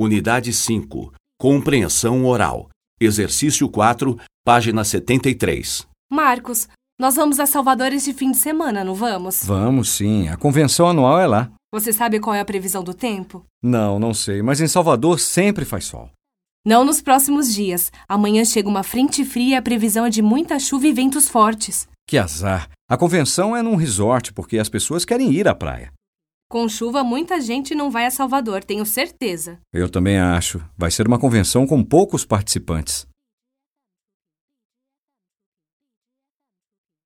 Unidade 5. Compreensão oral. Exercício 4, página 73. Marcos, nós vamos a Salvador este fim de semana, não vamos? Vamos sim, a convenção anual é lá. Você sabe qual é a previsão do tempo? Não, não sei, mas em Salvador sempre faz sol. Não nos próximos dias. Amanhã chega uma frente fria e a previsão é de muita chuva e ventos fortes. Que azar. A convenção é num resort porque as pessoas querem ir à praia. Com chuva, muita gente não vai a Salvador, tenho certeza. Eu também acho. Vai ser uma convenção com poucos participantes.